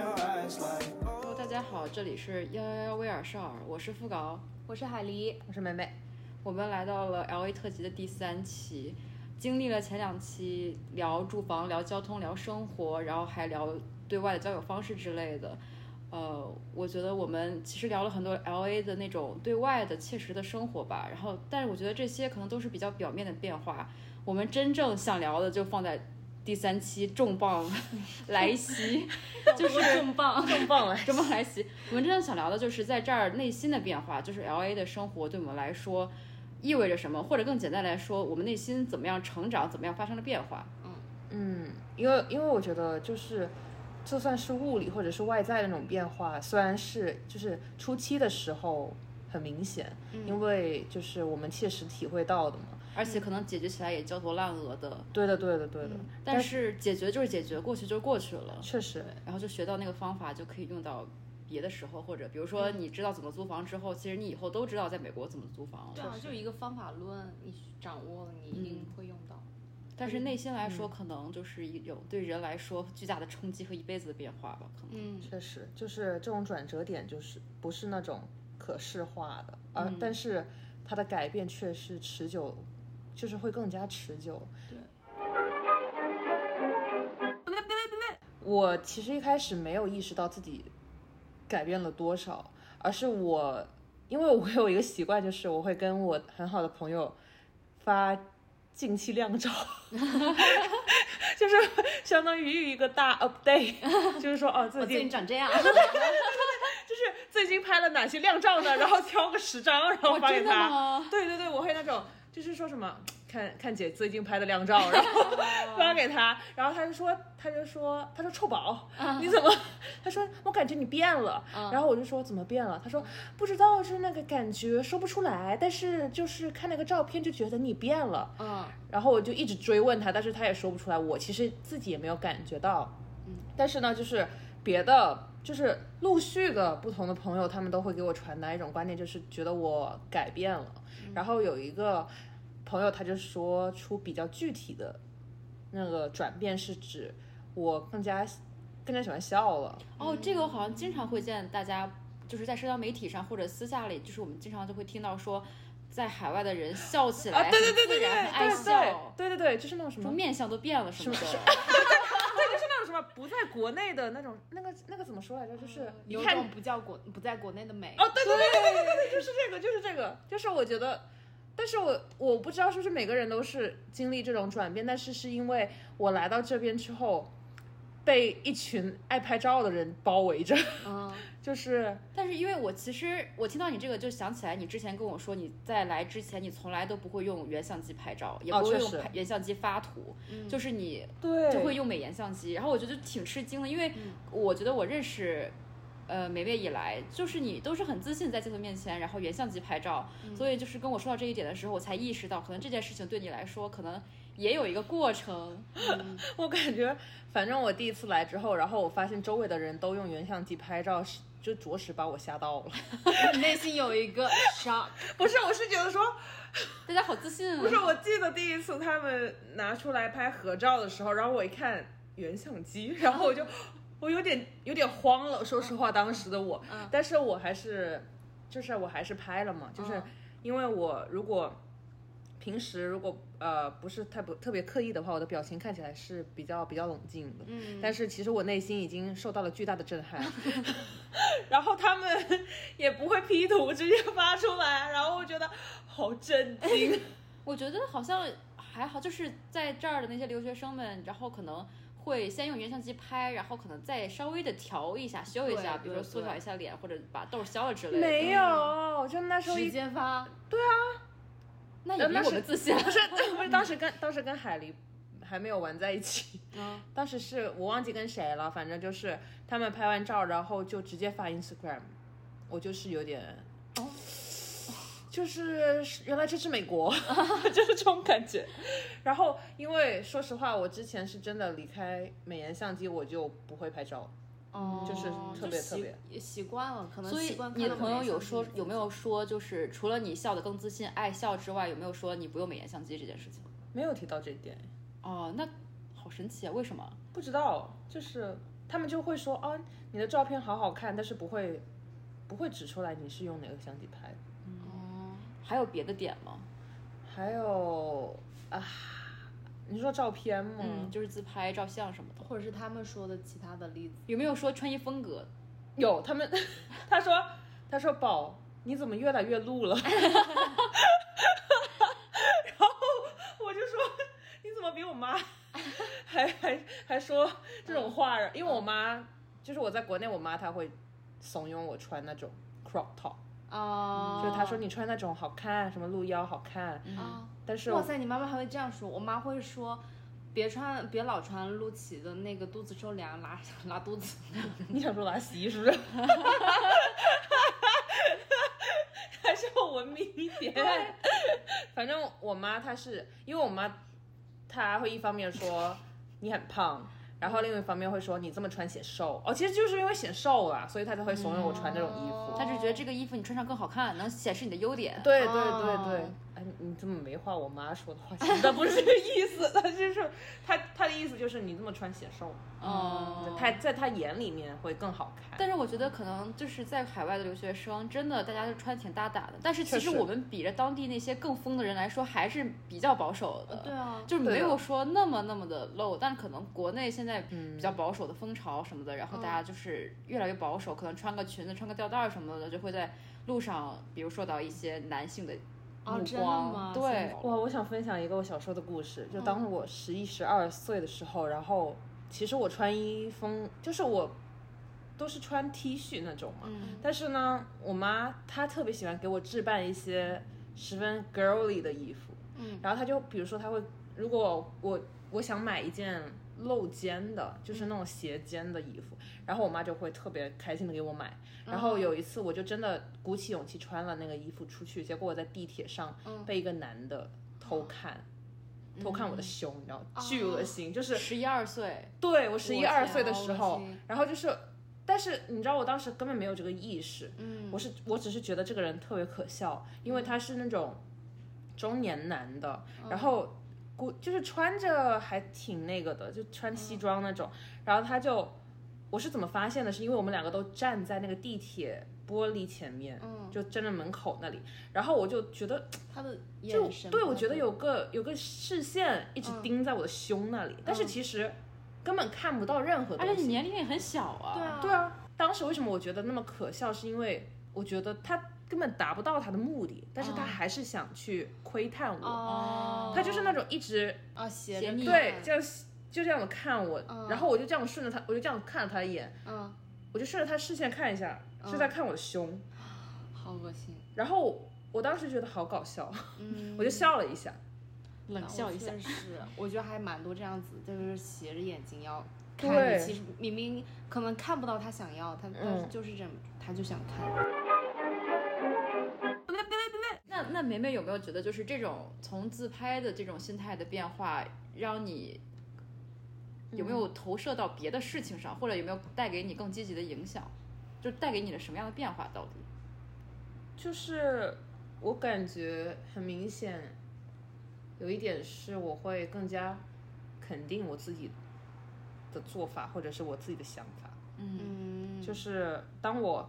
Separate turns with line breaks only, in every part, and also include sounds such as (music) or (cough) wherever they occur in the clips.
Hello，大家好，这里是幺幺幺威尔少儿，我是付高，
我是海狸，
我是梅梅。
我们来到了 L A 特辑的第三期，经历了前两期聊住房、聊交通、聊生活，然后还聊对外的交友方式之类的。呃，我觉得我们其实聊了很多 L A 的那种对外的切实的生活吧，然后，但是我觉得这些可能都是比较表面的变化，我们真正想聊的就放在第三期重磅 (laughs) 来袭，就是
重 (laughs) 磅，
重磅了，
重磅
(laughs)
来袭。我们真正想聊的就是在这儿内心的变化，就是 L A 的生活对我们来说意味着什么，或者更简单来说，我们内心怎么样成长，怎么样发生了变化。
嗯，因为因为我觉得就是，就算是物理或者是外在的那种变化，虽然是就是初期的时候很明显，
嗯
因为就是我们切实体会到的嘛。
而且可能解决起来也焦头烂额的，
对的，对的，对的。
嗯但是解决就是解决，过去就是过去了。
确实，
然后就学到那个方法，就可以用到别的时候，或者比如说你知道怎么租房之后，其实你以后都知道在美国怎么租房
对
了。
啊，就是一个方法论，你掌握了，你一定
嗯
会用到。
但是内心来说，可能就是有对人来说巨大的冲击和一辈子的变化吧，可能。
嗯，
确实，就是这种转折点，就是不是那种可视化的，而、但是它的改变却是持久，就是会更加持久。
对。
我其实一开始没有意识到自己改变了多少，而是我，因为我有一个习惯，就是我会跟我很好的朋友发近期靓 (laughs) 照，就是相当于一个大 update，就是说哦，
我
最
最
近
近长这样，
就是最近拍了哪些靓照呢？ (laughs) 然后挑个十张，然后发
哦
给
真的
他
吗。
对对对，我会那种就是说什么，看看姐最近拍的靓照， (laughs) 然后发给他，然后他就说，他就说，他说臭宝，
啊
你怎么？他说我感觉你变了。然后我就说怎么变了？他说不知道，是那个感觉说不出来，但是就是看那个照片就觉得你变了。
嗯，
然后我就一直追问他，但是他也说不出来。我其实自己也没有感觉到，嗯，但是呢，就是别的，就是陆续的不同的朋友，他们都会给我传达一种观点，就是觉得我改变了。然后有一个朋友，他就说出比较具体的那个转变，是指我更加更加喜欢笑了。
哦，这
嗯
个我好像经常会见大家，就是在社交媒体上或者私下里，就是我们经常就会听到说，在海外的人笑起来
啊，对对对
很自
对对
然，很爱
对
笑，
对对对，就是那种什
说
么
面相都变了什么的。
对，就是那种什么不在国内的那种，那个那个怎么说来着？就是你
有
看
种不叫国不在国内的美。
哦，对对对对对对对，就是这个，就是这个，就是我觉得，但是我我不知道是不是每个人都是经历这种转变，但是是因为我来到这边之后，被一群爱拍照的人包围着， (laughs)
嗯，
就是
(laughs) 但是因为我其实我听到你这个，就想起来你之前跟我说，你在来之前你从来都不会用原相机拍照，也
哦
不会
确
用
实嗯
拍原相机发图，就是你
对
就会用美颜相机。然后我觉得挺吃惊的，因为
嗯
我觉得我认识。呃，美美以来，就是你都是很自信在镜头面前，然后原相机拍照，
嗯
所以就是跟我说到这一点的时候，我才意识到，可能这件事情对你来说，可能也有一个过程。
我感觉，反正我第一次来之后，然后我发现周围的人都用原相机拍照，是就着实把我吓到了。 (laughs)
内心有一个 shock，
不是，我是觉得说。
(laughs) 大家好自信啊，
不是，我记得第一次他们拿出来拍合照的时候，然后我一看原相机， (laughs) 然后我就我有点有点慌了，说实话，当时的我，但是我还是就是我还是拍了嘛，就是
嗯
因为我如果。平时如果呃不是太不特别刻意的话，我的表情看起来是比较比较冷静的，嗯，但是其实我内心已经受到了巨大的震撼， (laughs) 然后他们也不会 P 图直接发出来，然后我觉得好震惊，
我觉得好像还好，就是在这儿的那些留学生们，然后可能会先用原相机拍，然后可能再稍微的调一下、修一下，
对
比如
对
说缩小一下脸或者把痘削了之类的。
没有，就那时候
直
一
接发，
那也比我
那
们
是
自信啊。
不是不是当时跟当时跟海狸还没有玩在一起，
嗯，
当时是我忘记跟谁了，反正就是他们拍完照，然后就直接发 Instagram，我就是有点，就是原来这是美国，就是这种感觉。然后因为说实话，我之前是真的离开美颜相机，我就不会拍照。
哦，
就是特别特别
也嗯习惯了，可能
所
习
以
惯看
你的
到
朋友
美
有
相
说
机
有没有说，就是除了你笑得更自信、爱笑之外，有没有说你不用美颜相机这件事情？
没有提到这一点，
哦，那好神奇啊！为什么？
不知道，就是他们就会说啊，你的照片好好看，但是不会不会指出来你是用哪个相机拍的。
哦，
还有别的点吗？
还有啊，你说照片吗？
嗯，就是自拍、照相什么的。
或者是他们说的其他的例子，
有没有说穿衣风格？
有他们， (laughs) 他说他说宝，你怎么越来越露了？ (laughs) 然后我就说你怎么比我妈还还还说这种话？啊因为我妈就是我在国内，我妈她会怂恿我穿那种 crop top，、
啊、
就是她说你穿那种好看，什么露腰好看，
嗯，
啊，
但是
哇
我 (laughs)
塞，你妈妈还会这样说，我妈会说。别穿，别老穿露脐的那个，肚子受凉，拉 (laughs) 拉肚
(laughs)
子。
你想说拉稀是不是？ (laughs) 还是要文明一点。 (laughs) 反正我妈她是因为我妈，她会一方面
(laughs)
说你很胖，然后另一方面会说你这么穿显瘦。哦，其实就是因为显瘦了，所以她才会怂恿我穿这种衣
嗯
服。
他就觉得这个衣服你穿上更好看，能显示你的优点。
对对
哦
对对，哎，你怎么没话我妈说的话？那不是这个意思， (laughs) 她就是她她的意思就是你这么穿显瘦，
嗯
哦，
她在她眼里面会更好看。
但是我觉得可能就是在海外的留学生，真的大家都穿的挺大胆的。但是其
确
实
实
我们比着当地那些更疯的人来说，还是比较保守的。
对 (laughs) 啊，
就是没
对的
有说那么那么的 low，但可能国内现在比较保守的风潮什么的，然后大家就是越来越保守，可能穿个裙子、穿个吊带儿什么的，就会在路上，比如受到一些男性的
哦
目
真的吗
光。对，
哇，我想分享一个我小时候的故事，就当我十一、十二岁的时候，然后其实我穿衣风就是我都是穿 T 恤那种嘛，
嗯
但是呢，我妈她特别喜欢给我置办一些十分 girly 的衣服，
嗯，
然后她就比如说她会，如果我我想买一件露肩的，就是那种斜肩的衣服，然后我妈就会特别开心的给我买。然
嗯
后有一次我就真的鼓起勇气穿了那个衣服出去，结果我在地铁上被一个男的偷看。偷看我的胸，你知道，巨恶心，就是
十一二岁，
对我十一
天
二岁的
啊
时
我
候
去，
然后就是，但是你知道我当时根本没有这个意识，嗯，我是我只是觉得这个人特别可笑，因为他是那种中年男的，然后估就是穿着还挺那个的，就穿西装那种，然后他就我是怎么发现的？是因为我们两个都站在那个地铁玻璃前面，嗯，就站在门口那里，然后我就觉得
他的眼神，
对，我觉得有个有个视线一直盯在我的胸那里，但是其实根本看不到任何东
而且
西。
你年龄也很小啊。
对啊，
对啊，当时为什么我觉得那么可笑，是因为我觉得他根本达不到他的目的，但是他还是想去窥探我。
哦，
他就是那种一直
啊斜
斜
着
睨
对
看
这样就这样的看我，然后我就这样顺着他，我就这样看了他一眼，
嗯，
我就顺着他视线看一下，是在看我的胸，
好恶心，
然后我当时觉得好搞笑，我就笑了一下。
冷笑一下
嗯确。实，我觉得还蛮多这样子，就是斜着眼睛要看
对
你，其实明明可能看不到他想要，他但是
嗯
就是这样，他就想看。
那那梅梅有没有觉得，就是这种从自拍的这种心态的变化，让你有没有投射到别的事情上，或者有没有带给你更积极的影响？就带给你了什么样的变化？到底？
就是我感觉很明显，有一点是我会更加肯定我自己的做法，或者是我自己的想法。
嗯，
就是当我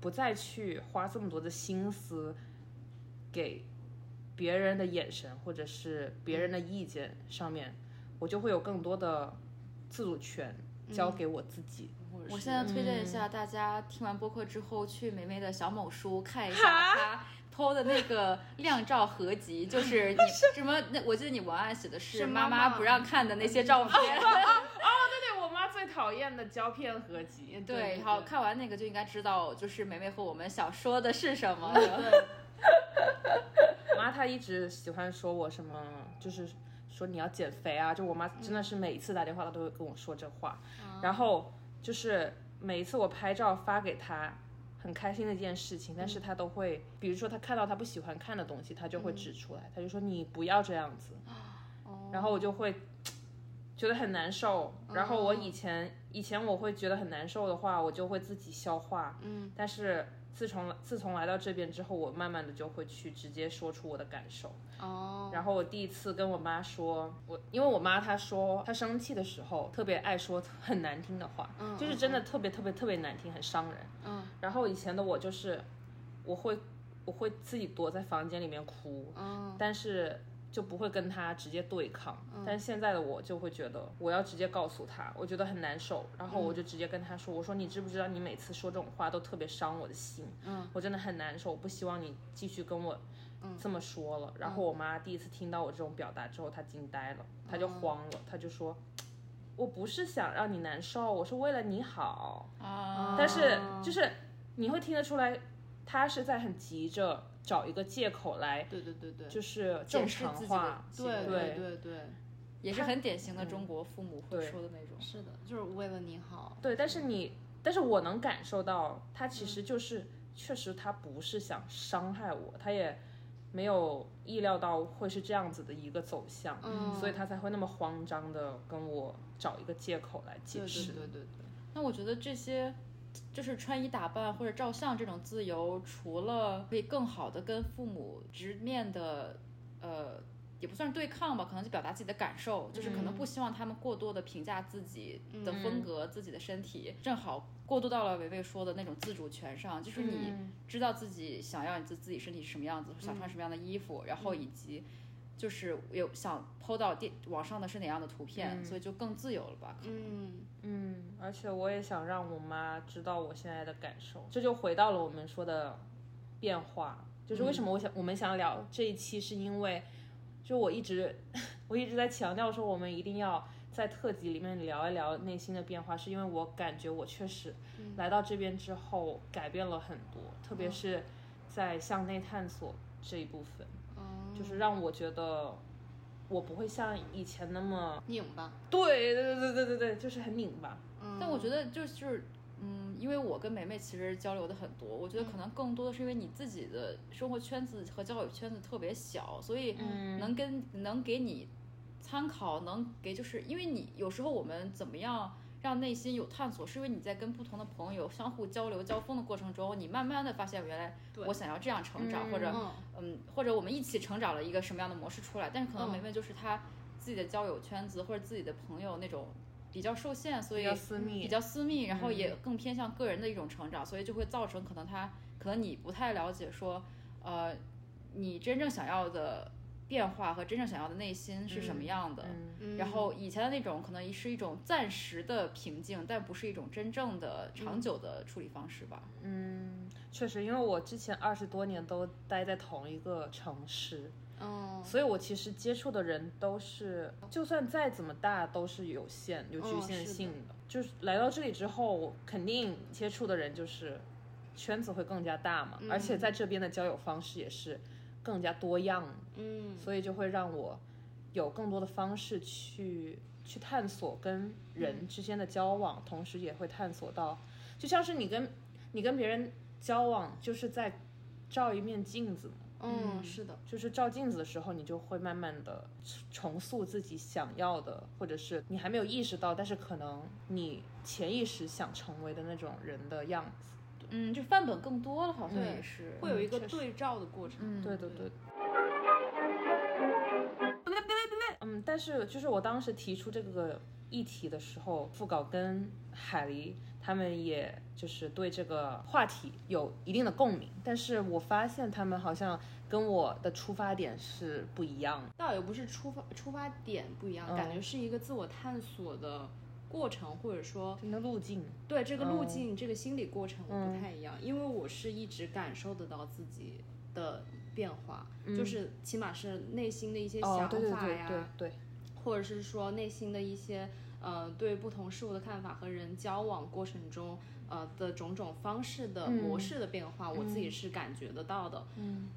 不再去花这么多的心思给别人的眼神或者是别人的意见上面，我就会有更多的自主权交给我自己。
我现在推荐一下大家，听完播客之后去梅梅的小某书看一下她偷的那个靓照合集，就是你什么？那我记得你文案写的是
是
妈
妈妈
妈不让看的那些照片。
对我妈最讨厌的胶片合集，
对，好，看完那个就应该知道，就是梅梅和我们想说的是什么。
我妈她一直喜欢说我什么，就是说你要减肥啊，就我妈真的是每一次打电话她都会跟我说这话，然后就是每一次我拍照发给她。很开心的一件事情，但是她都会，比如说她看到她不喜欢看的东西，她就会指出来，她就说你不要这样子，然后我就会觉得很难受。然后我以前以前我会觉得很难受的话，我就会自己消化。
嗯，
但是自从自从来到这边之后，我慢慢的就会去直接说出我的感受。
哦，
然后我第一次跟我妈说，我因为我妈她说她生气的时候特别爱说很难听的话，
嗯
就是真的特别特别特别难听，很伤人。
嗯
然后以前的我就是，我会我会自己躲在房间里面哭，
嗯
但是就不会跟她直接对抗。但是现在的我就会觉得我要直接告诉她，我觉得很难受，然后
嗯
我就直接跟她说，我说你知不知道你每次说这种话都特别伤我的心，
嗯，
我真的很难受，我不希望你继续跟我。这么说了，然
嗯
后我妈第一次听到我这种表达之后，她惊呆了，她就
嗯
慌了，她就说：“我不是想让你难受，我是为了你好。”
啊，
但是
哦
就是你会听得出来，他是在很急着找一个借口来，
对对对对，
就是
解
正
释
常
自己的
化。
行为
对
对
对对，
也是很典型的中国父母会
对
说的那种。
是的，就是为了你好。
对，但是你，但是我能感受到，他其实就是、确实他不是想伤害我，他也没有意料到会是这样子的一个走向，
嗯，
所以他才会那么慌张的跟我找一个借口来
对
解
对
释。
对对对，
那我觉得这些就是穿衣打扮或者照相这种自由，除了可以更好的跟父母直面的，呃，也不算是对抗吧，可能就表达自己的感受，就是可能不希望他们过多的评价自己的风格、自己的身体，正好过渡到了维维说的那种自主权上，就是你
嗯
知道自己想要你自自己身体是什么样子，想穿什么样的衣服，然后以及。就是有想剖到电网上的是哪样的图片，所以就更自由了吧？可能
嗯
嗯，而且我也想让我妈知道我现在的感受，这就回到了我们说的变化，就是为什么我想、我们想聊这一期，是因为就我一直 (laughs) 我一直在强调说我们一定要在特辑里面聊一聊内心的变化，是因为我感觉我确实来到这边之后改变了很多，特别是在向内探索这一部分，
嗯，
就是让我觉得我不会像以前那么
拧吧。
对对对对对对，就是很拧巴。
嗯，
但我觉得就是，嗯，因为我跟梅梅其实交流的很多，我觉得可
嗯
能更多的是因为你自己的生活圈子和交友圈子特别小，所以
嗯
能跟能给你参考，能给就是因为你有时候我们怎么样。让内心有探索，是因为你在跟不同的朋友相互交流、交锋的过程中，你慢慢的发现，原来
对
我想要这样成长，或者
嗯
嗯，或者我们一起成长了一个什么样的模式出来，但是可能
嗯
梅梅就是她自己的交友圈子或者自己的朋友那种比较受限，所以
比较私密
比较私密，嗯然后也更偏向个人的一种成长，所以就会造成可能她可能你不太了解说，呃，你真正想要的变化和真正想要的内心是什么样的。
嗯
嗯
然后以前的那种可能是一种暂时的平静，但不是一种真正的长久的处理方式吧。
嗯，确实，因为我之前二十多年都待在同一个城市，
嗯
所以我其实接触的人都是，就算再怎么大都是有限、有局
嗯
限
是的
性的。就是来到这里之后，肯定接触的人就是圈子会更加大嘛，而且在这边的交友方式也是更加多样，
嗯
所以就会让我有更多的方式去去探索跟
嗯
人之间的交往，同时也会探索到，就像是你跟你跟别人交往，就是在照一面镜子嘛，
嗯是的，
就是照镜子的时候，你就会慢慢的重塑自己想要的，或者是你还没有意识到，但是可能你潜意识想成为的那种人的样子。
嗯，就范本更多了，好像
对
也是嗯
会有一个
确实
对照的过程。
对对嗯对。嗯，但是就是我当时提出这个议题的时候，副稿跟海狸他们也就是对这个话题有一定的共鸣，但是我发现他们好像跟我的出发点是不一样的。
倒也不是出发出发点不一
嗯
样，感觉是一个自我探索的过程，或者说
哦你的路径，
对这个
嗯
路径、这个心理过程我不太一样，因为我是一直感受得到自己的变化，就是起码是内心的一些
嗯哦
想，
对对
法
对
呀，
对对，
或者是说内心的一些呃对不同事物的看法和人交往过程中呃的种种方式的模式的变化，我自己是感觉得到的。嗯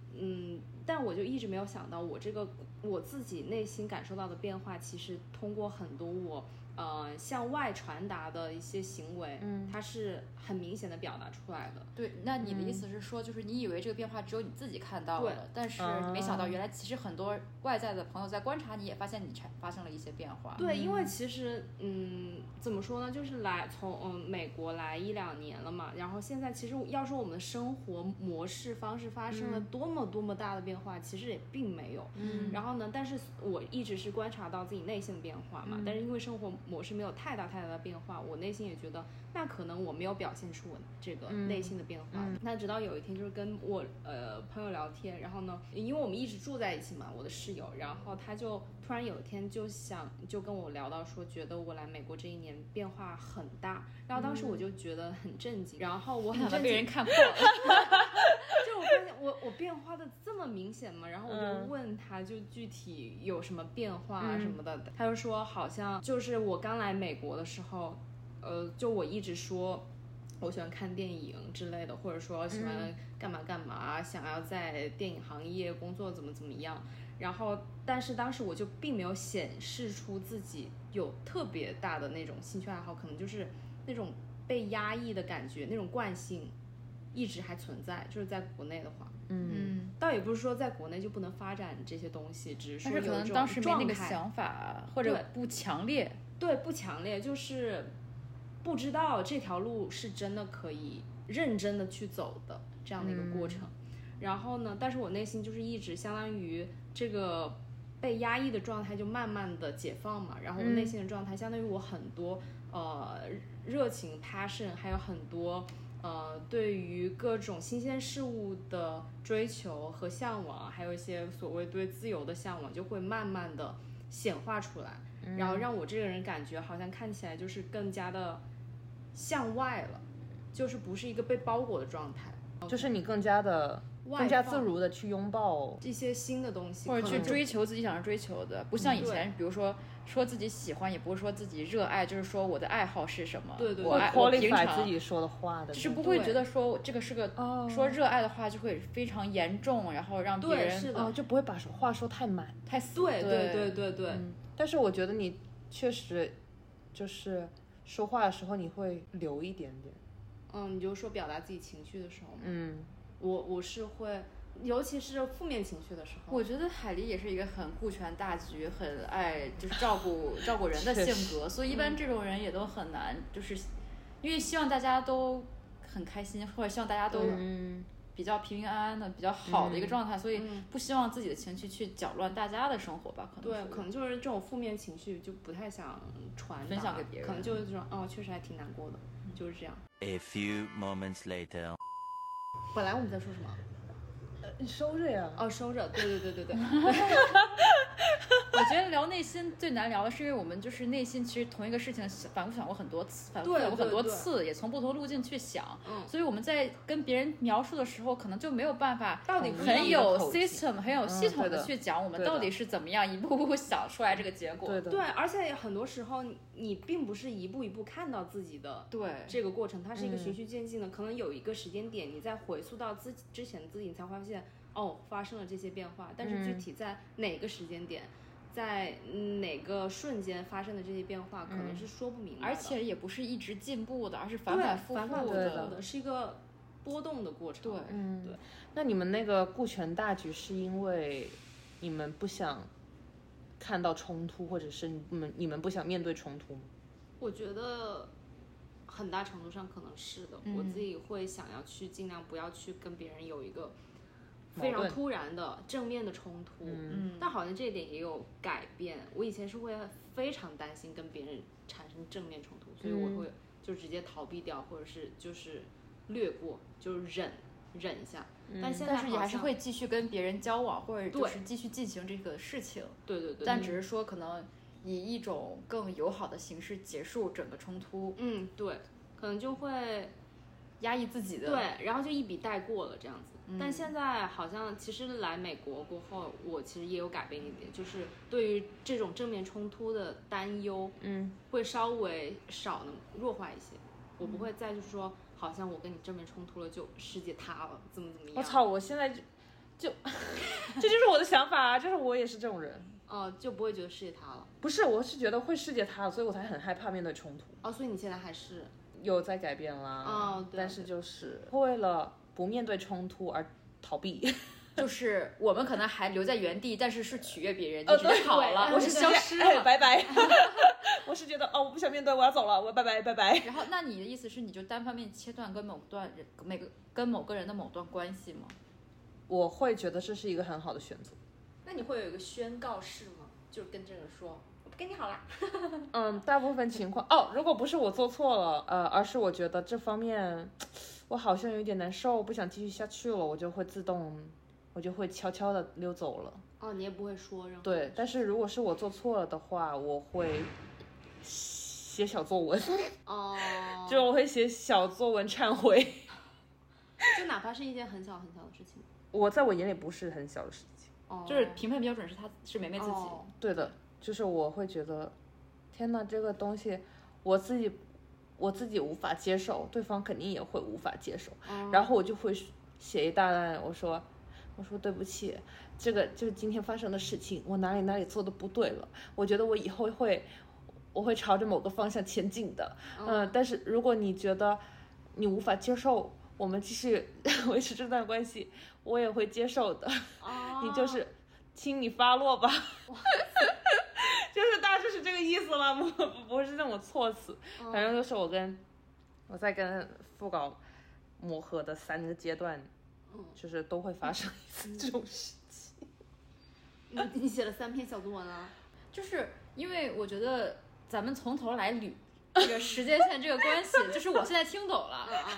但我就一直没有想到，我这个我自己内心感受到的变化，其实通过很多我呃向外传达的一些行为，嗯，它是很明显的表达出来的。
对，那你的意思是说，就是你以为这个变化只有你自己看到
对
了，但是你没想到原来其实很多外在的朋友在观察你，也发现你产发生了一些变化。
对，因为其实，嗯，怎么说呢，就是来从嗯美国来一两年了嘛，然后现在其实要说我们的生活模式方式发生了多么多么大的变化，其实也并没有。
嗯
然后呢，但是我一直是观察到自己内心的变化嘛，但是因为生活模式没有太大太大的变化，我内心也觉得那可能我没有表现出我这个
嗯
内心的变化。那直到有一天，就是跟我呃朋友聊天，然后呢，因为我们一直住在一起嘛，我的室友，然后他就突然有一天就想就跟我聊到说，觉得我来美国这一年变化很大，然后当时我就觉得很震惊，然后我
(laughs) 没
很
想到
震
嗯被
惊
人，看破了。
就我发现我我变化的这么明显吗？然后我就问他，就具体有什么变化啊什么的，他就说好像就是我刚来美国的时候，呃，就我一直说。我喜欢看电影之类的，或者说喜欢干嘛干嘛，想要在电影行业工作怎么怎么样。然后，但是当时我就并没有显示出自己有特别大的那种兴趣爱好，可能就是那种被压抑的感觉，那种惯性一直还存在。就是在国内的话，
嗯，
倒也不是说在国内就不能发展这些东西，只是
但
说
是
有
可
一
能
种
当时没那
状
个
态，
想法，或者
对
不强烈。
对，不强烈，就是不知道这条路是真的可以认真的去走的这样的一个过程。然后呢，但是我内心就是一直相当于这个被压抑的状态就慢慢的解放嘛，然后我内心的状态相当于我很多呃热情、passion，还有很多呃对于各种新鲜事物的追求和向往，还有一些所谓对自由的向往，就会慢慢的显化出来，然后
嗯
让我这个人感觉好像看起来就是更加的向外了，就是不是一个被包裹的状态。
就是你更加的、
哦外
更加
放
自如的去拥抱
一些新的东西，
或者
可
去
能就
追求自己想追求的，不像以
对
前，比如说说自己喜欢，也不是说自己热爱，就是说我的爱好是什么，
对对
我
对
爱我平
qualify 自
常
己说的话的那种，
就是不会
对
觉得说我这个是个、
哦
说热爱的话就会非常严重，然后让别
对，是
人
的，
哦，就不会把话说太满。
太死。
对
对嗯
对对对对，
但是我觉得你确实就是说话的时候你会留一点点，
嗯，你就说表达自己情绪的时候嘛，
嗯，
我我是会，尤其是负面情绪的时候，
我觉得海狸也是一个很顾全大局、很爱就是照
(laughs)
顾照顾人的性格，所以
嗯
一般这种人也都很难，就是因为希望大家都很开心，或者希望大家都
嗯，
比较平平安安的、比较好的一个状态，所以不希望自己的情绪去搅乱大家的生活吧，可能
对，
属于
可能就是这种负面情绪就不太想传达，
分享给别人
可能就是说，哦，确实还挺难过的，就是这样。
A few moments later.
本来我们在说什么？
你收着呀。
哦，收着，对对对对对，
(laughs) 我觉得聊内心最难聊的是，因为我们就是内心其实同一个事情反复想过很多次，反复
对
想过很多
对对
次，也从不同路径去想，
嗯
所以我们在跟别人描述的时候，可能就没有办法
到底不一样
很
的
有
口气
system、很有系统
嗯对
的
的
去讲我们
对的
到底是怎么样一步步想出来这个结果。
对的，
对，而且很多时候你你并不是一步一步看到自己的
对嗯
这个过程，它是一个循序渐进的。可能有一个时间点，你再回溯到自己之前的自己，你才发现哦，发生了这些变化。但是
嗯
具体在哪个时间点，在哪个瞬间发生的这些变化，可能是说不明白的。
嗯而且也不是一直进步的，而是
对
反反复
反反
复
复
对
的。
的
的，是一个波动的过程。
对
嗯，对。那你们那个顾全大局，是因为你们不想看到冲突，或者是你们你们不想面对冲突吗？
我觉得很大程度上可能是的，我
嗯
自己会想要去尽量不要去跟别人有一个非
矛
常
盾
突然的正面的冲突。嗯，但好像这一点也有改变。我以前是会非常担心跟别人产生正面冲突，所以
嗯
我会就直接逃避掉，或者是就是略过，就是忍忍一下。但现在
嗯但是你
好
还是
像
会继续跟别人交往，或者就
对
是继续进行这个事情。
对对对，
但
对
只是说可能以一种更友好的形式结束整个冲突，
嗯对，可能就会
压抑自己的。，
对，然后就一笔带过了这样子。但现在好像其实来美国过后，我其实也有改变一点，就是对于这种正面冲突的担忧，
嗯，
会稍微少能弱化一些。我不会再就是说，好像我跟你正面冲突了，就世界塌了，怎么怎么样？
我操！我现在就就这就是我的想法啊，就是我也是这种人。
哦、就不会觉得世界塌了。
不是，我是觉得会世界塌了，所以我才很害怕面对冲突。
哦，所以你现在还是
有在改变啦。
哦对
但是就是为了不面对冲突而逃避，
就是我们可能还留在原地，但是是取悦别啊人，你直接跑了，
呃
(laughs)
对
我是消失
哎，
了。
拜拜。 (laughs) 我是觉得哦，我不想面对，我要走了，我拜拜拜拜。
然后，那你的意思是，你就单方面切断跟某段人、每个跟某个人的某段关系吗？
我会觉得这是一个很好的选择。
那你会有一个宣告式吗？就是跟这个人说，我不跟你好啦。
嗯，大部分情况哦，如果不是我做错了，呃，而是我觉得这方面我好像有点难受，不想继续下去了，我就会自动，我就会悄悄的溜走了。
哦，你也不会说任何。
对，但是如果是我做错了的话，我会写小作文， (laughs)
哦，
就我会写小作文忏悔。 (laughs)
就哪怕是一件很小很小的事情。
我在我眼里不是很小的事情。
哦，
就是评判标准是他是梅梅自己，
哦
对的，就是我会觉得，天哪，这个东西我自己我自己无法接受，对方肯定也会无法接受，
嗯
然后我就会写一大段，我说。我说对不起，这个就是今天发生的事情，我哪里哪里做的不对了。我觉得我以后会，我会朝着某个方向前进的。嗯、但是如果你觉得你无法接受，我们继续 (laughs) 维持这段关系，我也会接受的。
哦
你就是，请你发落吧， (laughs) 就是大致是这个意思了，不不是那种措辞，反正就是我跟我在跟副稿磨合的三个阶段，就是都会发生一次这种事。
你你写了三篇小作文
(laughs)
啊？
就是因为我觉得咱们从头来捋这个时间线这个关系，就是我现在听懂了。
啊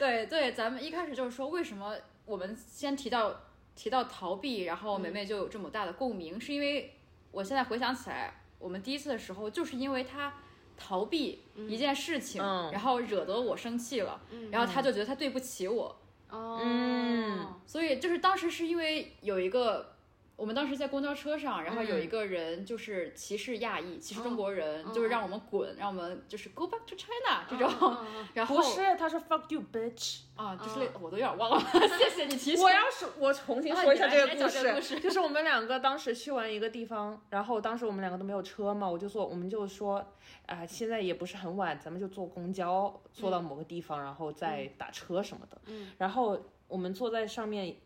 对对，咱们一开始就是说，为什么我们先提到提到逃避，然后
嗯
梅梅就有这么大的共鸣，是因为我现在回想起来，我们第一次的时候，就是因为她逃避一件事情，
嗯
然后惹得我生气了，然后她就觉得她对不起我，
哦，
嗯
所以就是当时是因为有一个。我们当时在公交车上，然后有
嗯
一个人就是歧视亚裔、歧视
哦
中国人，就是让我们滚，让我们就是 go back to China
哦
这种。 (laughs) 然后
(laughs) 不是，他说 fuck you bitch。
啊，就是类我都有点忘了， (laughs) 谢谢你提醒。
嗯我要是我重新
啊
说一
你
下 (laughs)
来你
这个
来
故
讲这
事，
个故事
就是我们两个当时去完一个地方，然后当时我们两个都没有车嘛，我就说我们就说啊、现在也不是很晚，咱们就坐公交坐到某个地方，然后再打车什么的。嗯，然后我们坐在上面。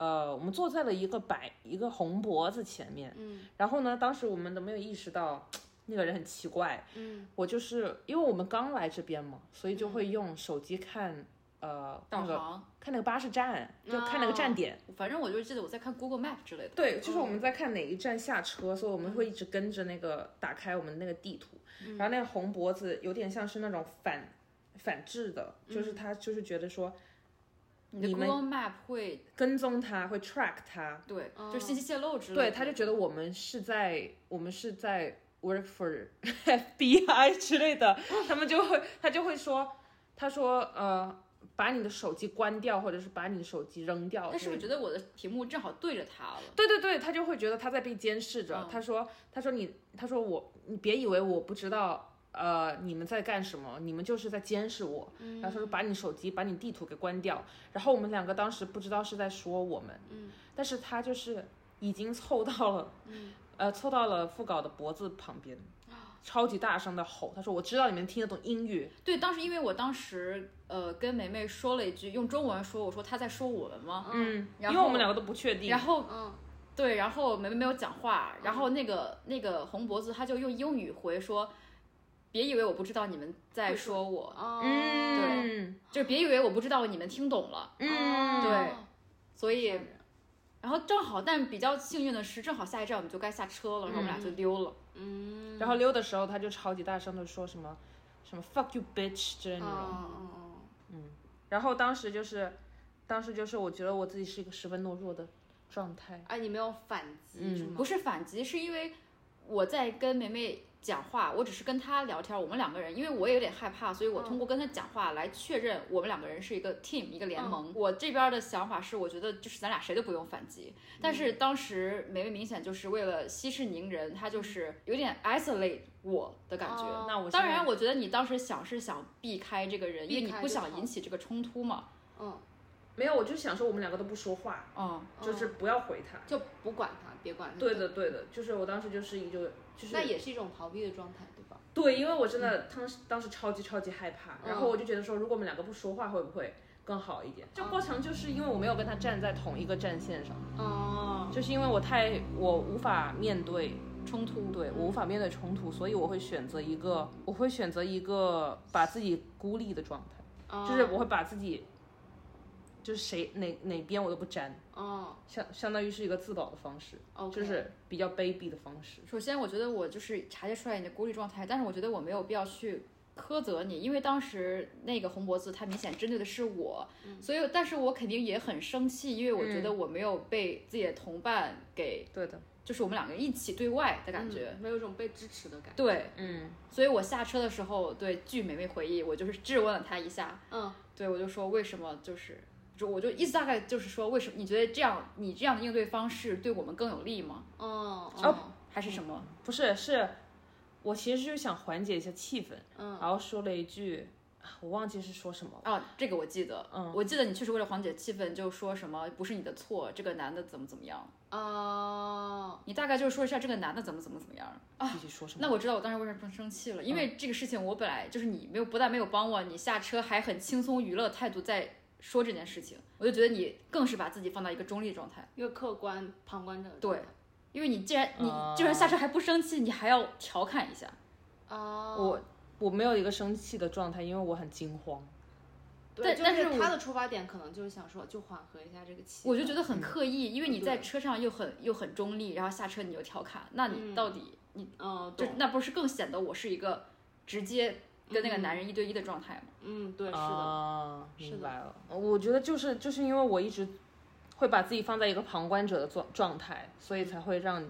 呃，我们坐在了一个白一个红脖子前面，嗯，然后呢，当时我们都没有意识到那个人很奇怪，嗯，我就是因为我们刚来这边嘛，所以就会用手机看、呃
导
那个
航，
看那个巴士站，就看那个站点。
反正我就记得我在看 Google Map 之类的。
对，就是我们在看哪一站下车，所以我们会一直跟着那个打开我们那个地图，然后那个红脖子有点像是那种反反制的，就是他就是觉得说
你的
嗯你们
Google Map 会
跟踪他会 track 他，
对，就是信息泄露之类的。
嗯对，他就觉得我们是在我们是在 work for (laughs) FBI 之类的，他们就会他就会说，他说呃把你的手机关掉，或者是把你的手机扔掉之类的，
他是不是觉得我的屏幕正好对着他了？
对对对，他就会觉得他在被监视着。
嗯
他说：“他说你，他说我，你别以为我不知道，呃，你们在干什么，你们就是在监视我。
嗯
然后他说把你手机、把你地图给关掉。然后我们两个当时不知道是在说我们，嗯，但是他就是已经凑到了，
嗯
呃，凑到了副稿的脖子旁边，
啊
超级大声的吼，他说我知道你们听得懂英语，
对，当时因为我当时呃跟梅梅说了一句，用中文说，我说他在说我们吗？
嗯，因
然
为
后
我们两个都不确定。
然后
嗯
对，然后梅梅没有讲话，然后那个那个红脖子他就用英语回说，别以为我不知道你们在说我，
哦，
嗯，
就是别以为我不知道你们听懂了。
哦
嗯，
对所以，然后正好，但比较幸运的是，正好下一站我们就该下车了，然后我们俩就溜了。
嗯，
然后溜的时候，他就超级大声的说什么什么 “fuck you bitch” 之类的那种。
嗯
然后当时就是，当时就是我觉得我自己是一个十分懦弱的状态。
哎，你没有反
嗯
击是吗
嗯不？是反击，是因为我在跟梅梅讲话，我只是跟她聊天，我们两个人，因为我也有点害怕，所以我通过跟她讲话来确认我们两个人是一个 team，一个联盟。我这边的想法是，我觉得就是咱俩谁都不用反击，但是当时梅梅明显就是为了息事宁人，她就是有点 isolate 我的感觉。
哦
那我现
当
在
然，我觉得你当时想是想避开这个人，因为
避
你
开
不
就
想
好
引起这个冲突嘛。
嗯，
没有，我就是想说我们两个都不说话，
嗯，
就是不要回他。
就不管他，别管他。
对的，对的，就是我当时就是一个就是
那也是一种逃避的状态，对吧？
对，因为我真的当时当时超级超级害怕，
嗯
然后我就觉得说，如果我们两个不说话，会不会更好一点？这过程就是因为我没有跟他站在同一个战线上，
哦，
就是因为我太我无法面对
冲突，
对我无法面对冲突，所以我会选择一个，我会选择一个把自己孤立的状态，
哦
就是我会把自己，就是谁哪哪边我都不沾，
哦，
相相当于是一个自保的方式，
哦，
就是比较卑鄙的方式。
首先，我觉得我就是察觉出来你的孤立状态，但是我觉得我没有必要去苛责你，因为当时那个红脖子他明显针对的是我，
嗯
所以，但是我肯定也很生气，因为我觉得我没有被自己的同伴给，
对的，
就是我们两个一起对外的感觉。
嗯没有一种被支持的感觉。
对，
嗯，
所以我下车的时候，对，据美美回忆，我就是质问了她一下，
嗯，
对我就说为什么就是。就我就意思大概就是说，为什么你觉得这样你这样的应对方式对我们更有利吗？
嗯
哦，哦，
还是什么？
不是，是我其实就是想缓解一下气氛，
嗯，
然后说了一句，啊我忘记是说什么了。
啊，这个我记得，
嗯
我记得你确实为了缓解气氛，就说什么不是你的错，这个男的怎么怎么样，
哦，
你大概就说一下这个男的怎么怎么怎么样。
啊
具体说什么？
那我知道我当时为什么生气了，因为这个事情我本来就是你没有不但没有帮我，你下车还很轻松娱乐态度在说这件事情，我就觉得你更是把自己放到一个中立状态，
一个客观旁观者的
对
状态。
因为你既然你
哦
居然下车还不生气，你还要调侃一下，
哦，
我我没有一个生气的状态，因为我很惊慌。
对，
但
就
但是
是
我
他的出发点可能就是想说，就缓和一下这个气氛。
我就觉得很刻意，因为你
对
在车上又很又很中立，然后下车你又调侃，那你
嗯
到底、你
嗯，
就
懂，
那不是更显得我是一个直接跟
嗯
那个男人一对一的状态吗？
嗯，对，是的，
啊，
是的
明白了。我觉得就是就是因为我一直会把自己放在一个旁观者的状状态，所
嗯
以才会让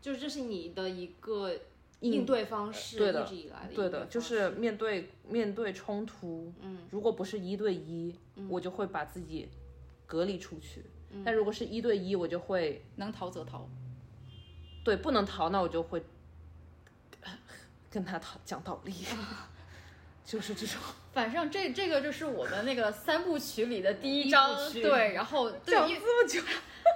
就是这是你的一个
应
应对方式，
对的
一直以来的
对
应
的，
方
就是
式
面对面对冲突，
嗯，
如果不是一对一，我就会把自己隔离出去。
嗯
但如果是一对一，我就会
能逃则逃，
对不能逃，那我就会 (laughs) 跟他讨讲道
(laughs)
理，就是这种。
反正这这个就是我们那个三部曲里的第一
一
章，
部曲
对，然后对，因为
这么久，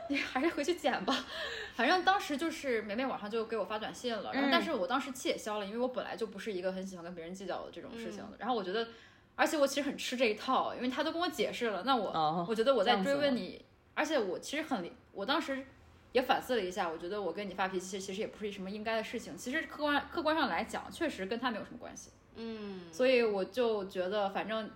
你还是回去剪吧。反正当时就是梅梅晚上就给我发短信了，然后
嗯
但是我当时气也消了，因为我本来就不是一个很喜欢跟别人计较的这种事情
嗯
的，然后我觉得，而且我其实很吃这一套，因为他都跟我解释了，那我、
哦
我觉得我
这
在
样子
追问
吗
你，而且我其实很理，我当时也反思了一下，我觉得我跟你发脾气其实也不是什么应该的事情，其实客观客观上来讲，确实跟他没有什么关系，
嗯，
所以我就觉得反正。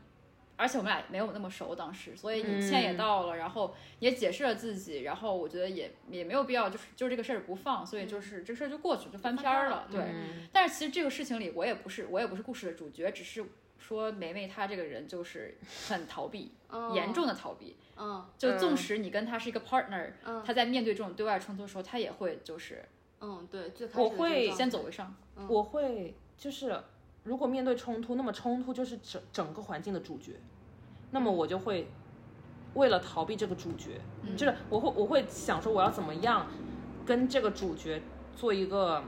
而且我们俩没有那么熟，当时，所以你歉也
嗯
到了，然后也解释了自己，然后我觉得也也没有必要，就是就这个事儿不放，所以就是、这事儿就过去，就
翻
翻篇儿
篇儿
了
了，
对。
嗯
但是其实这个事情里，我也不是我也不是故事的主角，只是说梅梅她这个人就是很逃避，
哦
严，重的逃避。
嗯
就纵使你跟他是一个 partner，、
嗯
他在面对这种对外冲突的时候，他也会就是
嗯，对，最开始
我
的
会
这个状
先
态
走为上。
嗯
我会就是，如果面对冲突，那么冲突就是整整个环境的主角，那么我就会为了逃避这个主角，
嗯
就是我会我会想说我要怎么样跟这个主角做一个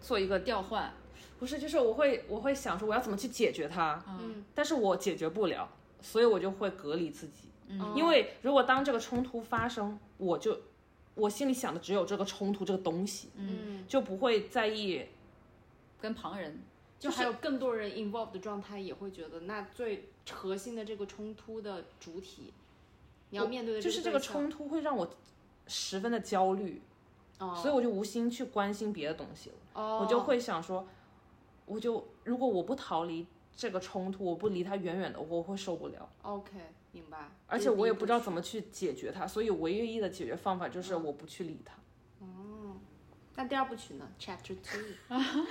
做一个
调换，
不是，就是我会我会想说我要怎么去解决它，
嗯
但是我解决不了，所以我就会隔离自己，
嗯
因为如果当这个冲突发生，我就我心里想的只有这个冲突这个东西，
嗯，
就不会在意
跟旁人，
就还有更多人 involved 的状态，也会觉得那最核心的这个冲突的主体，你要面对的
就是这个
对象啊
冲突会让我十分的焦虑，
哦，
所以我就无心去关心别的东西了。
哦
我就会想说，我就如果我不逃离这个冲突，我不离它远远的，我会受不了。
OK 明白，
而
这
且
是第
我
一
也
步
不知道怎么去解决它，所以唯一的解决方法就是我不去理它。
那第二部曲呢？Chapter
(laughs)
Two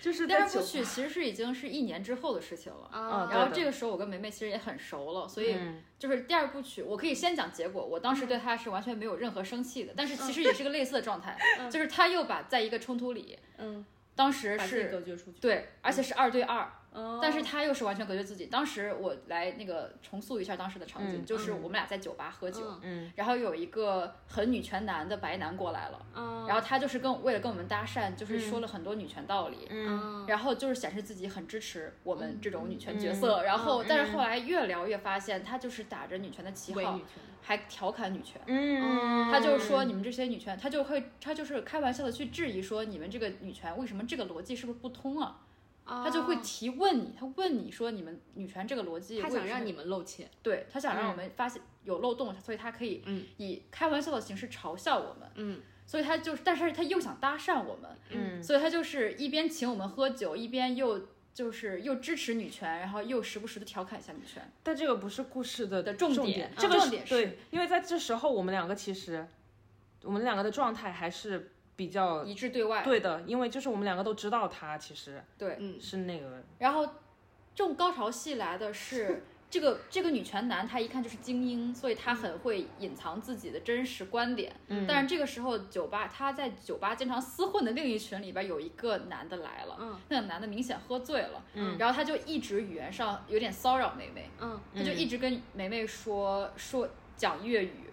就是
第二部曲其实是已经是一年之后的事情了。
嗯
啊
哦然
对
后
的
这个时候我跟梅梅其实也很熟了，所以就是第二部曲，我可以先讲结果。我当时
嗯
对她是完 (laughs) 全没有任何生气的，但是其实也是个类似的状态，就是她又把在一个冲突里，
嗯，
当时
把自己
是
隔绝出去。嗯
对，而且是二对二，
哦，
但是他又是完全隔绝自己。当时我来那个重塑一下当时的场景，
嗯
就是
嗯
我们俩在酒吧喝酒，
嗯
嗯
然后有一个很女权男的白男过来了，
嗯，
然后他就是跟为了跟我们搭讪，就是说了很多女权道理。
嗯
嗯，
然后就是显示自己很支持我们这种女权角色，然后
嗯
但是后来越聊越发现，他就是打着女权的旗
伪
号
女，权，
还调侃女权，
嗯
他就是说你们这些女权，他就会他就是开玩笑的去质疑说你们这个女权为什么这个逻辑是不是不通啊？
他
他就
哦
会提问你，他问你说你们女权这个逻辑为
他
什么，
想让你们露怯，
对他想让我们发现有漏洞，所以他可以
嗯
以开玩笑的形式嘲笑我们，
嗯
所以他就是，但是他又想搭讪我们，
嗯
所以他就是一边请我们喝酒，一边又就是又支持女权，然后又时不时的调侃一下女权，
但这个不是故事的
的重
点，
点
这个
重点是
对，因为在这时候我们两个其实，我们两个的状态还是比较
一致对外，
对的，因为就是我们两个都知道他其实
对
嗯
是那个，
然后这种高潮戏来的
(laughs)
是这个这个女权男，他一看就是精英，所以他很会隐藏自己的真实观点。
嗯
但是这个时候酒吧他在酒吧经常厮混的另一群里边有一个男的来了，
嗯
那个男的明显喝醉了，
嗯
然后他就一直语言上有点骚扰梅梅，
嗯
他就
嗯
一直跟梅梅说说讲粤语。
嗯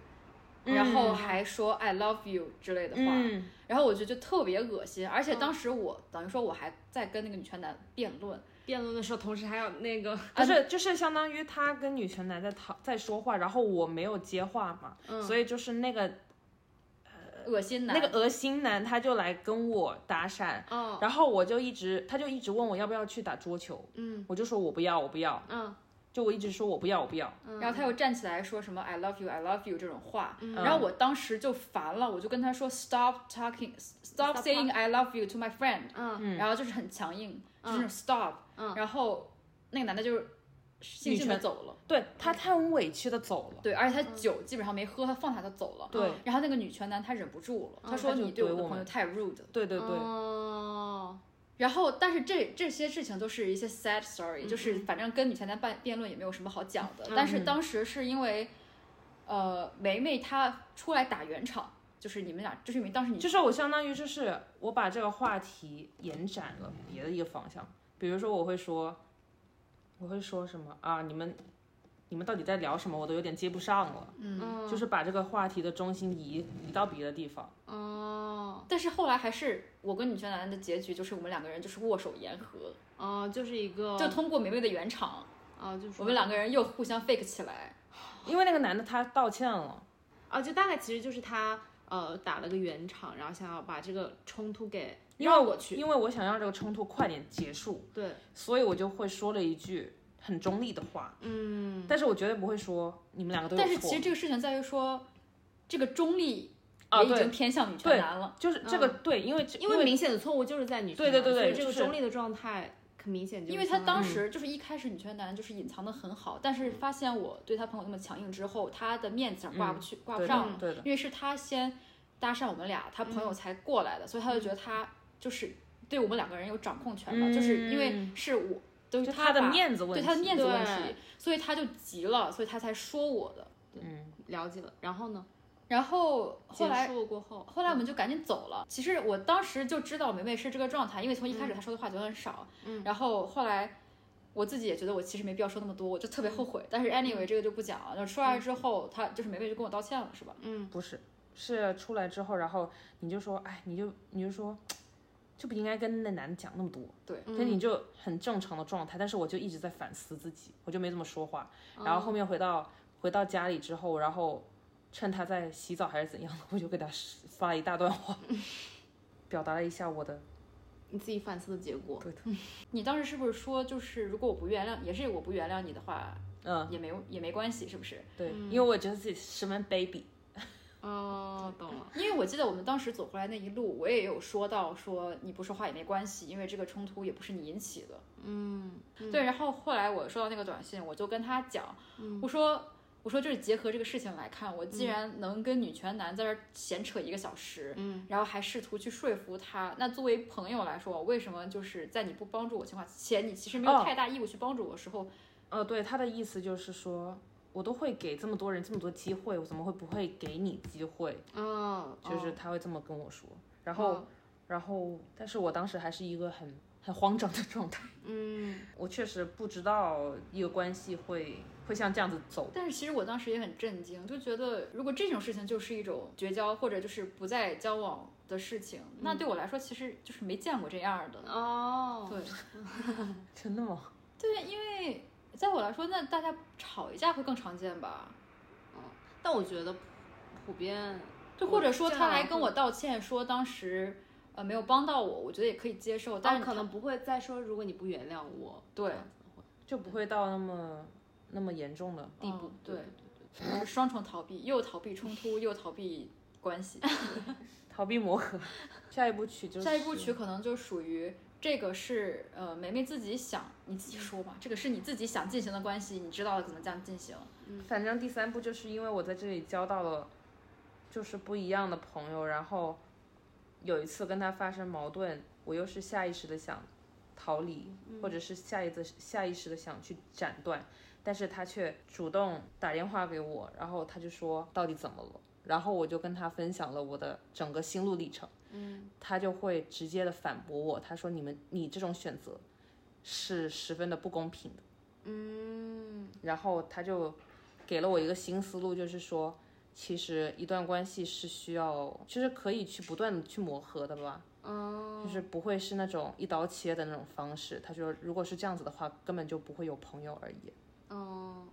然后还说 I love you 之类的话，
嗯
然后我觉得就特别恶心，而且
嗯
当时我、等于说我还在跟那个女权男辩论，
辩论的时候，同时还有那个 (laughs)
不是就是相当于他跟女权男在讨在说话，然后我没有接话嘛，
嗯
所以就是那个
恶心男
那个恶心男他就来跟我搭讪，
哦，
然后我就一直他就一直问我要不要去打桌球，
嗯
我就说我不要我不要，
嗯，
就我一直说我不要我不要，
嗯
然后他又站起来说什么 "I love you, I love you" 这种话，
嗯
然后我当时就烦了，我就跟他说 "Stop talking,
Stop
stop saying I love you to my friend"，
嗯
嗯
然后就是很强硬，就是那
嗯
种 stop，
嗯
然后那个男的就是悻悻的
女权
走了，
对他他很委屈的走了，
对，而且他
嗯
酒基本上没喝，他放下他走了。
对
然后那个女权男他忍不住了，
嗯
他说
他就
你对我
怼
的
我
朋友
们
太 rude 了。
对对对，
哦，
然后，但是这这些事情都是一些 sad story，、
嗯
就是反正跟女前男辩辩论也没有什么好讲
嗯
的。但是当时是因为，呃，梅梅她出来打圆场，就是你们俩，就是因为当时你
就是我相当于就是我把这个话题延展了别的一个方向，比如说我会说，我会说什么啊？你们你们到底在聊什么？我都有点接不上了，
嗯，
嗯，
就是把这个话题的中心移移到别的地方。嗯
哦
但是后来还是我跟女前男的结局就是我们两个人就是握手言和，
哦，就是一
嗯
个
就通过梅梅的圆场，
啊，就是
我们两个人又互相 fake 起来。
因为那个男的他道歉了，
啊，就大概其实就是他呃打了个圆场，然后想要把这个冲突给
因为
绕过去，
因为我想让这个冲突快点结束，
对，
所以我就会说了一句很中立的话，
嗯，
但是我绝对不会说你们两个都有
但
错。
是其实这个事情在于说，这个中立
啊
也已
对
经偏向女权男了。
就是这个、对，因为这
因为明显的错误就是在女
对
生
对对
嘛
对
所以这个
就是
中立的状态很明显就是
因为他
相
嗯
当
于
时就是一开始女权男就是隐藏的很好，但是发现我对他朋友那么强硬之后，他的面子上挂不去、挂不
嗯对
上
的嗯
了，
对的，
因为是他先搭讪我们俩，他朋友才过来的，所以他就觉得他就是对我们两个人有掌控权嘛，
嗯
就是因为是我，都是
就他的
把
面子问
对
题，
他的面子问
对
题，所以他就急了，所以他才说我的。
嗯
了解了，然后呢，
然后后来
结束过后，
哦后来我们就赶紧走了。其实我当时就知道梅梅是这个状态，因为从一开始她说的话就很少，
嗯
然后后来我自己也觉得我其实没必要说那么多，我就特别后悔。但是 anyway 这个就不讲了。就出来之后，她就是梅梅就跟我道歉了，是吧？
嗯
不是，是出来之后，然后你就说，哎，你就你就说，就不应该跟那男的讲那么多，
嗯，
所以你就很正常的状态。但是我就一直在反思自己，我就没怎么说话。然后后面回到、回到家里之后，然后趁他在洗澡还是怎样，我就给他发了一大段话，表达了一下我的
你自己反思的结果，
对的，
你当时是不是说就是如果我不原谅，也是我不原谅你的话，
嗯，
也没也没关系，是不是？
对，因为我觉得自己十分 baby，
哦，懂了，
因为我记得我们当时走回来那一路，我也有说到说你不说话也没关系，因为这个冲突也不是你引起的。
嗯，嗯
对，然后后来我收到那个短信，我就跟他讲，我说我说就是结合这个事情来看，我既然能跟女权男在这儿闲扯一个小时，
嗯，
然后还试图去说服他，那作为朋友来说，我为什么就是在你不帮助我情况且你其实没有
哦
太大义务去帮助我的时候，
呃，对，他的意思就是说，我都会给这么多人这么多机会，我怎么会不会给你机会？
哦，
就是
哦
哦
他会这么跟我说。然后，然后，但是我当时还是一个很很慌张的状态，
嗯，
我确实不知道一个关系会会像这样子走。
但是其实我当时也很震惊，就觉得如果这种事情就是一种绝交或者就是不再交往的事情，那对我来说其实就是没见过这样的。
嗯哦，
对
真的吗？
对，因为在我来说，那大家吵一架会更常见吧？
但我觉得普普遍，
对，
我
或者说
哦这
他
样啊
来跟
会
我道歉，说当时呃没有帮到我，我觉得也可以接受，但
但
是
哦可
他
能不会再说，如果你不原谅我，
对
这样子会
就不会到那么那么严重的
地步
嗯，对，就是双重逃避，又逃避冲突，又逃避关系。
逃避磨合。 (laughs) 下一部曲就是
下一部曲可能就属于这个是呃梅梅自己想，你自己说吧，这个是你自己想进行的关系，你知道了怎么这样进行。
反正第三步就是因为我在这里交到了就是不一样的朋友，然后有一次跟他发生矛盾，我又是下意识的想逃离，或者是下意识下意识的想去斩断，但是他却主动打电话给我，然后他就说到底怎么了，然后我就跟他分享了我的整个心路历程，嗯，他就会直接的反驳我，他说你们你这种选择是十分的不公平的。
嗯，
然后他就给了我一个新思路，就是说，其实一段关系是需要，就是可以去不断的去磨合的吧，
哦，
就是不会是那种一刀切的那种方式。他说，如果是这样子的话，根本就不会有朋友而已。
哦，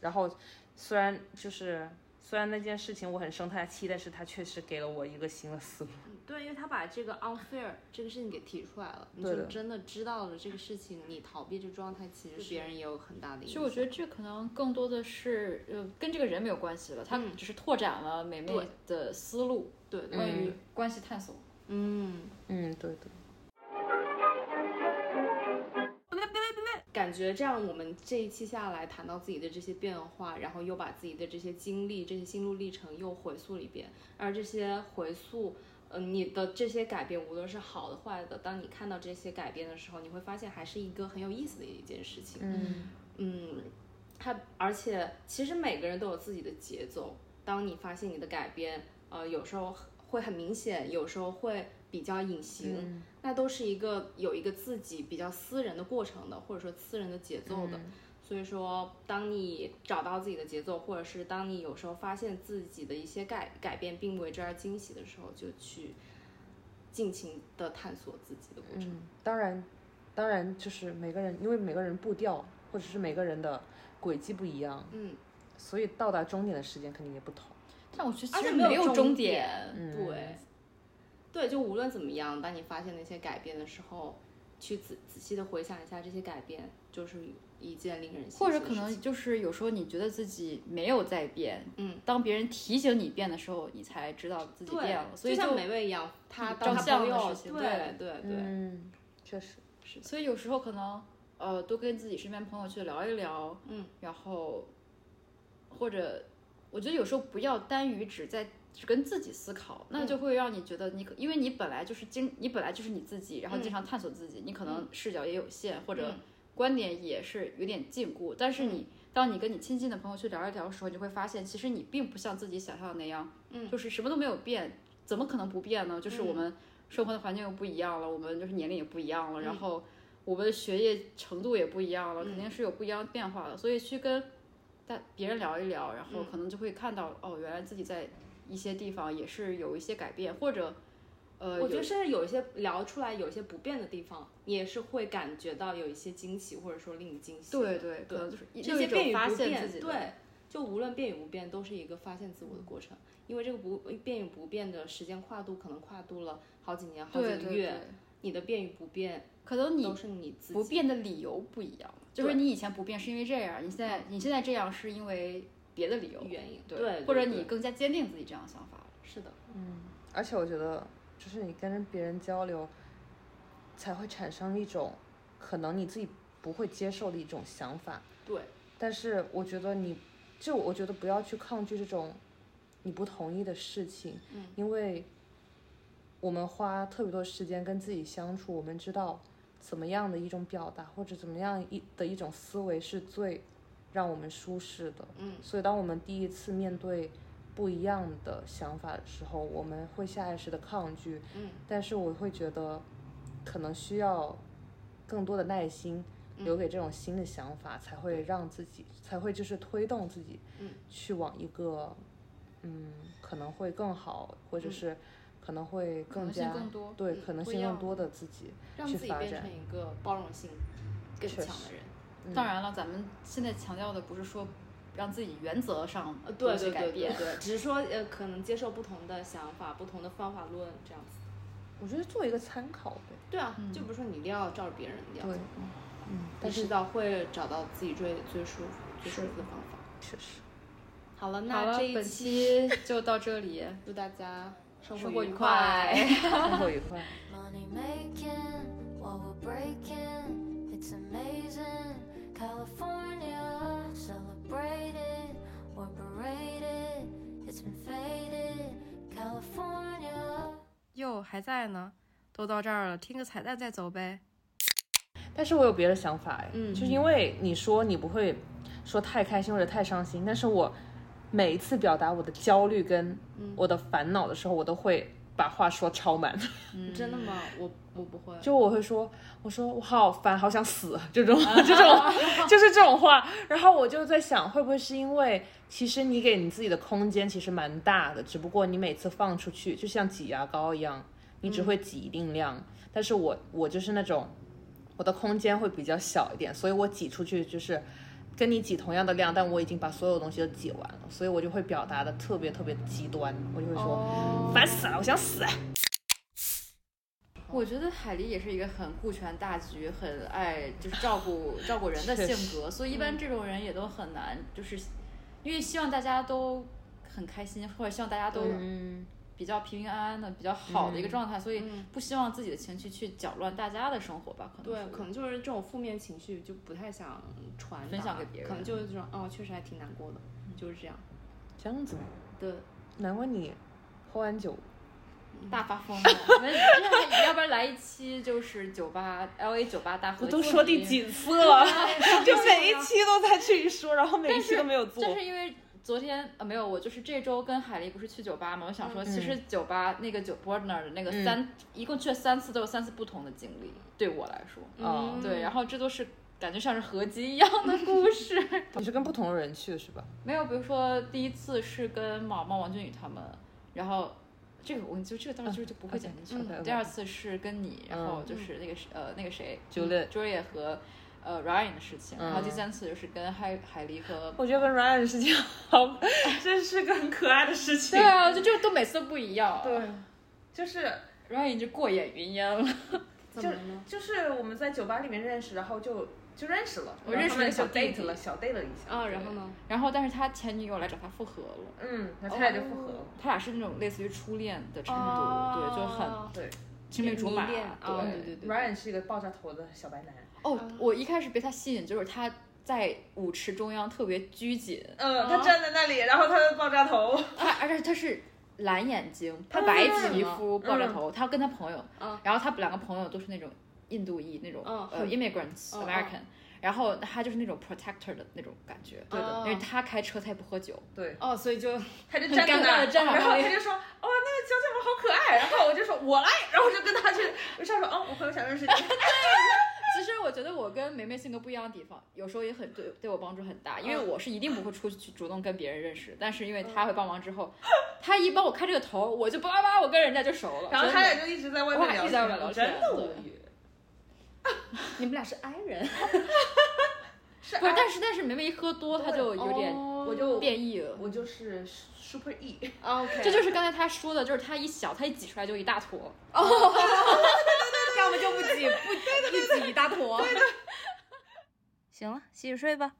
然后虽然就是虽然那件事情我很生他气，但是他确实给了我一个新的思路。
对，因为他把这个 unfair 这个事情给提出来了，你
对
就
的
真的知道了这个事情，你逃避这个状态，其实别人也有很大的影响。
其实我觉得这可能更多的是呃跟这个人没有关系了，他
嗯
只是拓展了梅梅
对
的思路，
对，
关
对，
于关系探索。
嗯，
嗯，对对。
感觉这样，我们这一期下来谈到自己的这些变化，然后又把自己的这些经历、这些心路历程又回溯了一遍。而这些回溯，呃，你的这些改变，无论是好的、坏的，当你看到这些改变的时候，你会发现还是一个很有意思的一件事情。
嗯
嗯，它而且其实每个人都有自己的节奏。当你发现你的改变，呃，有时候会很明显，有时候会比较隐形，那都是一个有一个自己比较私人的过程的，或者说私人的节奏的。所以说，当你找到自己的节奏，或者是当你有时候发现自己的一些改改变并为之而惊喜的时候，就去尽情的探索自己的过程。
嗯，当然，当然就是每个人，因为每个人步调或者是每个人的轨迹不一样，
嗯，
所以到达终点的时间肯定也不同。
但我觉得
而
其
且
实
没
有
终
终点，
嗯
嗯
对，对，就无论怎么样，当你发现那些改变的时候，去仔仔细的回想一下这些改变，就是一件令人欣喜
或
的
者
事
可能
情
就是有时候你觉得自己没有在变，
嗯，
当别人提醒你变的时候，你才知道自己
对
变了，所以
就像
就
梅梅一样，她
嗯
当
照
她
相
朋
的
友，
事情
对
对
对对，
嗯，确实，
所以有时候可能呃多跟自己身边朋友去聊一聊，
嗯，
然后或者我觉得有时候不要单于只在只跟自己思考，那就会让你觉得你可因为你本来就是经你本来就是你自己，然后经常探索自己，你可能视角也有限或者
嗯
观点也是有点禁锢，但是你。当你跟你亲近的朋友去聊一聊的时候，你会发现，其实你并不像自己想象的那样，
嗯
就是什么都没有变，怎么可能不变呢？就是我
嗯
们生活的环境又不一样了，我们就是年龄也不一样了，
嗯
然后我们的学业程度也不一样了，
嗯
肯定是有不一样的变化的。所以去跟大别人聊一聊，然后
嗯
可能就会看到、哦，原来自己在一些地方也是有一些改变，或者呃，
我觉
有
得甚至有一些聊出来有一些不变的地方，你也是会感觉到有一些惊喜，或者说令你惊喜。
对对，可
对
能就是一
这些
另一
变
种
与
发
不
现自
变，
己的嗯
对，就无论变与不变，都是一个发现自我的过程。因为这个不变与不变的时间跨度，可能跨度了好几年、好几
对
个
对
月。
对，
你的变与不变
可能你
都是你自己
不变的理由不一样，就是你以前不变是因为这样，你现在你现在这样是因为别的理由，
原因，
对，
对
或者
对
你
对
更加坚定自己这样的想法了。
是的，
而且我觉得，就是你跟别人交流，才会产生一种可能你自己不会接受的一种想法。
对，
但是我觉得你，就我觉得不要去抗拒这种你不同意的事情，
嗯
因为我们花特别多时间跟自己相处，我们知道怎么样的一种表达或者怎么样一的一种思维是最让我们舒适的。
嗯
所以当我们第一次面对不一样的想法的时候，我们会下意识的抗拒。嗯，但是我会觉得，可能需要更多的耐心，
嗯
留给这种新的想法，才会让自己，才会就是推动自己，去往一个，嗯，可能会更好，或者是嗯可能会
可
更
能性
加
更多，
对
嗯
可能
不
性
一
更
样
多的自己
让
去
自己
发
变
展
成。一个包容性更
确
强
实
的人。
嗯
当然了，咱们现在强调的不是说让自己原则上
呃，对
去
对
改
对对
变，
对，只是说呃，可能接受不同的想法、不同的方法论这样子。
我觉得做一个参考呗。
对啊，就比如说你一定要照着别人的样
对
子，，
嗯，
你
但
迟
是
早会找到自己最最舒服、最舒
是
服的方法。
确实，
好了，
好
那
了
这，一
本期就到这里，
祝大家生
生活
愉 (laughs)
愉快。 (laughs)
生活愉快。
Money making while we're breaking. It's amazing. California celebrated. We're berated. It's been faded. California.
哟，还在呢，都到这儿了，听个彩蛋再走呗。
但是我有别的想法哎，就是因为你说你不会说太开心或者太伤心，但是我每一次表达我的焦虑跟我的烦恼的时候，我都会把话说超满，
嗯真的吗？我我不会。
就我会说，我说我好烦，好想死， (laughs) 这种这种就是这种话。然后我就在想，会不会是因为其实你给你自己的空间其实蛮大的，只不过你每次放出去就像挤牙膏一样，你只会挤一定量。但是我我就是那种我的空间会比较小一点，所以我挤出去就是。跟你挤同样的量，但我已经把所有东西都挤完了，所以我就会表达的特别特别极端，我就会说、
哦
烦死了，我想死。
我觉得海狸也是一个很顾全大局、很爱就是照顾
(laughs)
照顾人的
确嗯
性格，所以一般这种人也都很难，就是因为希望大家都很开心，或者希望大家都
嗯，
比较平平安安的、比较好的一个状态，所以不希望自己的情绪去搅乱大家的生活吧，可能
对，
是
可能就是这种负面情绪就不太想传达，
分享给别人嗯
可能就是这种哦，确实还挺难过的，就是这样。
这样子吗？
对，
难怪你喝完酒，
大发
(laughs)
疯了。我们要要不然来一期就是酒吧 L A 酒吧大合
我
集
都说第几次了， (laughs) 就每一期都在去说，然后每一
但
期
是
都没有做
但。是因为昨天呃没有，我就是这周跟海丽不是去酒吧嘛，我
嗯
想说其实酒吧、那个酒 partner 的那个三、一共去了三次，都有三次不同的经历，对我来说，
哦
嗯
对，然后这都是感觉像是合集一样的故事。 (laughs)
你是跟不同的人去是吧？
没有，比如说第一次是跟毛毛、王俊宇他们，然后这个我就这个到时候就不会剪进去了。
哦 OK，OK，OK
第二次是跟你，然后
嗯
就是那个谁呃那个谁
Juliet
Juliet 和呃 Ryan 的事情，
嗯
然后第三次就是跟海海狸和。
我觉得跟 Ryan 的事情好， (laughs) 这是个很可爱的事情
对。啊，就这都每次都不一样。
对，就是
，Ryan 已经过眼云烟了。 (laughs)
怎么了呢？
就是我们在酒吧里面认识，然后就就认识了，
我认识了
然后
小
他们
date
就 date 了，小 date 了一下。
啊，然后呢？
然后，但是他前女友来找他复合了，
嗯，那他俩就复合了。
他俩是那种类似于初恋的程度，对，就很
哦
对
青梅竹马。
迷恋哦对嗯对对
Ryan 是一个爆炸头的小白男。
哦，我一开始被他吸引，就是他在舞池中央特别
(laughs)
拘谨，
嗯，他站在那里，然后他的爆炸头。
他而且他是蓝眼睛，
哦
他白皮肤，
嗯
爆炸头，他跟他朋友
嗯，
然后他两个朋友都是那种印度裔那种
嗯
呃 immigrants
嗯
American，然后他就是那种 protector 的那种感觉，
对的
嗯
因为他开车他也不喝酒，
对，
哦，所以就
他就站在
很尴尬
那
地
儿，
站在
然后
那里
他就说：“哦，那个小姐们好可爱。”然后我就说：“我来。”然后我就跟他去，我上说：“哦，我朋友想认识你。
(laughs) 其实我觉得我跟梅梅性格不一样的地方，有时候也很对对我帮助很大，因
嗯
为我是一定不会出去主动跟别人认识，但是因为她会帮忙之后，她一帮我开这个头，我就叭叭叭，我跟人家就熟”了。
然后
真
他
的
俩就一直在外面
哇
聊
一直在外面聊天
真的无语。
你们俩是 I (laughs) 人，
是
不是，
啊
但是但是梅梅一喝多，她就有点
我就
变异了。
我就是 super E，
哦 OK，
这就是刚才她说的，就是她一小，她一挤出来就一大坨。
(laughs)
要么就不挤，不不挤一大坨。
行了，洗洗睡吧。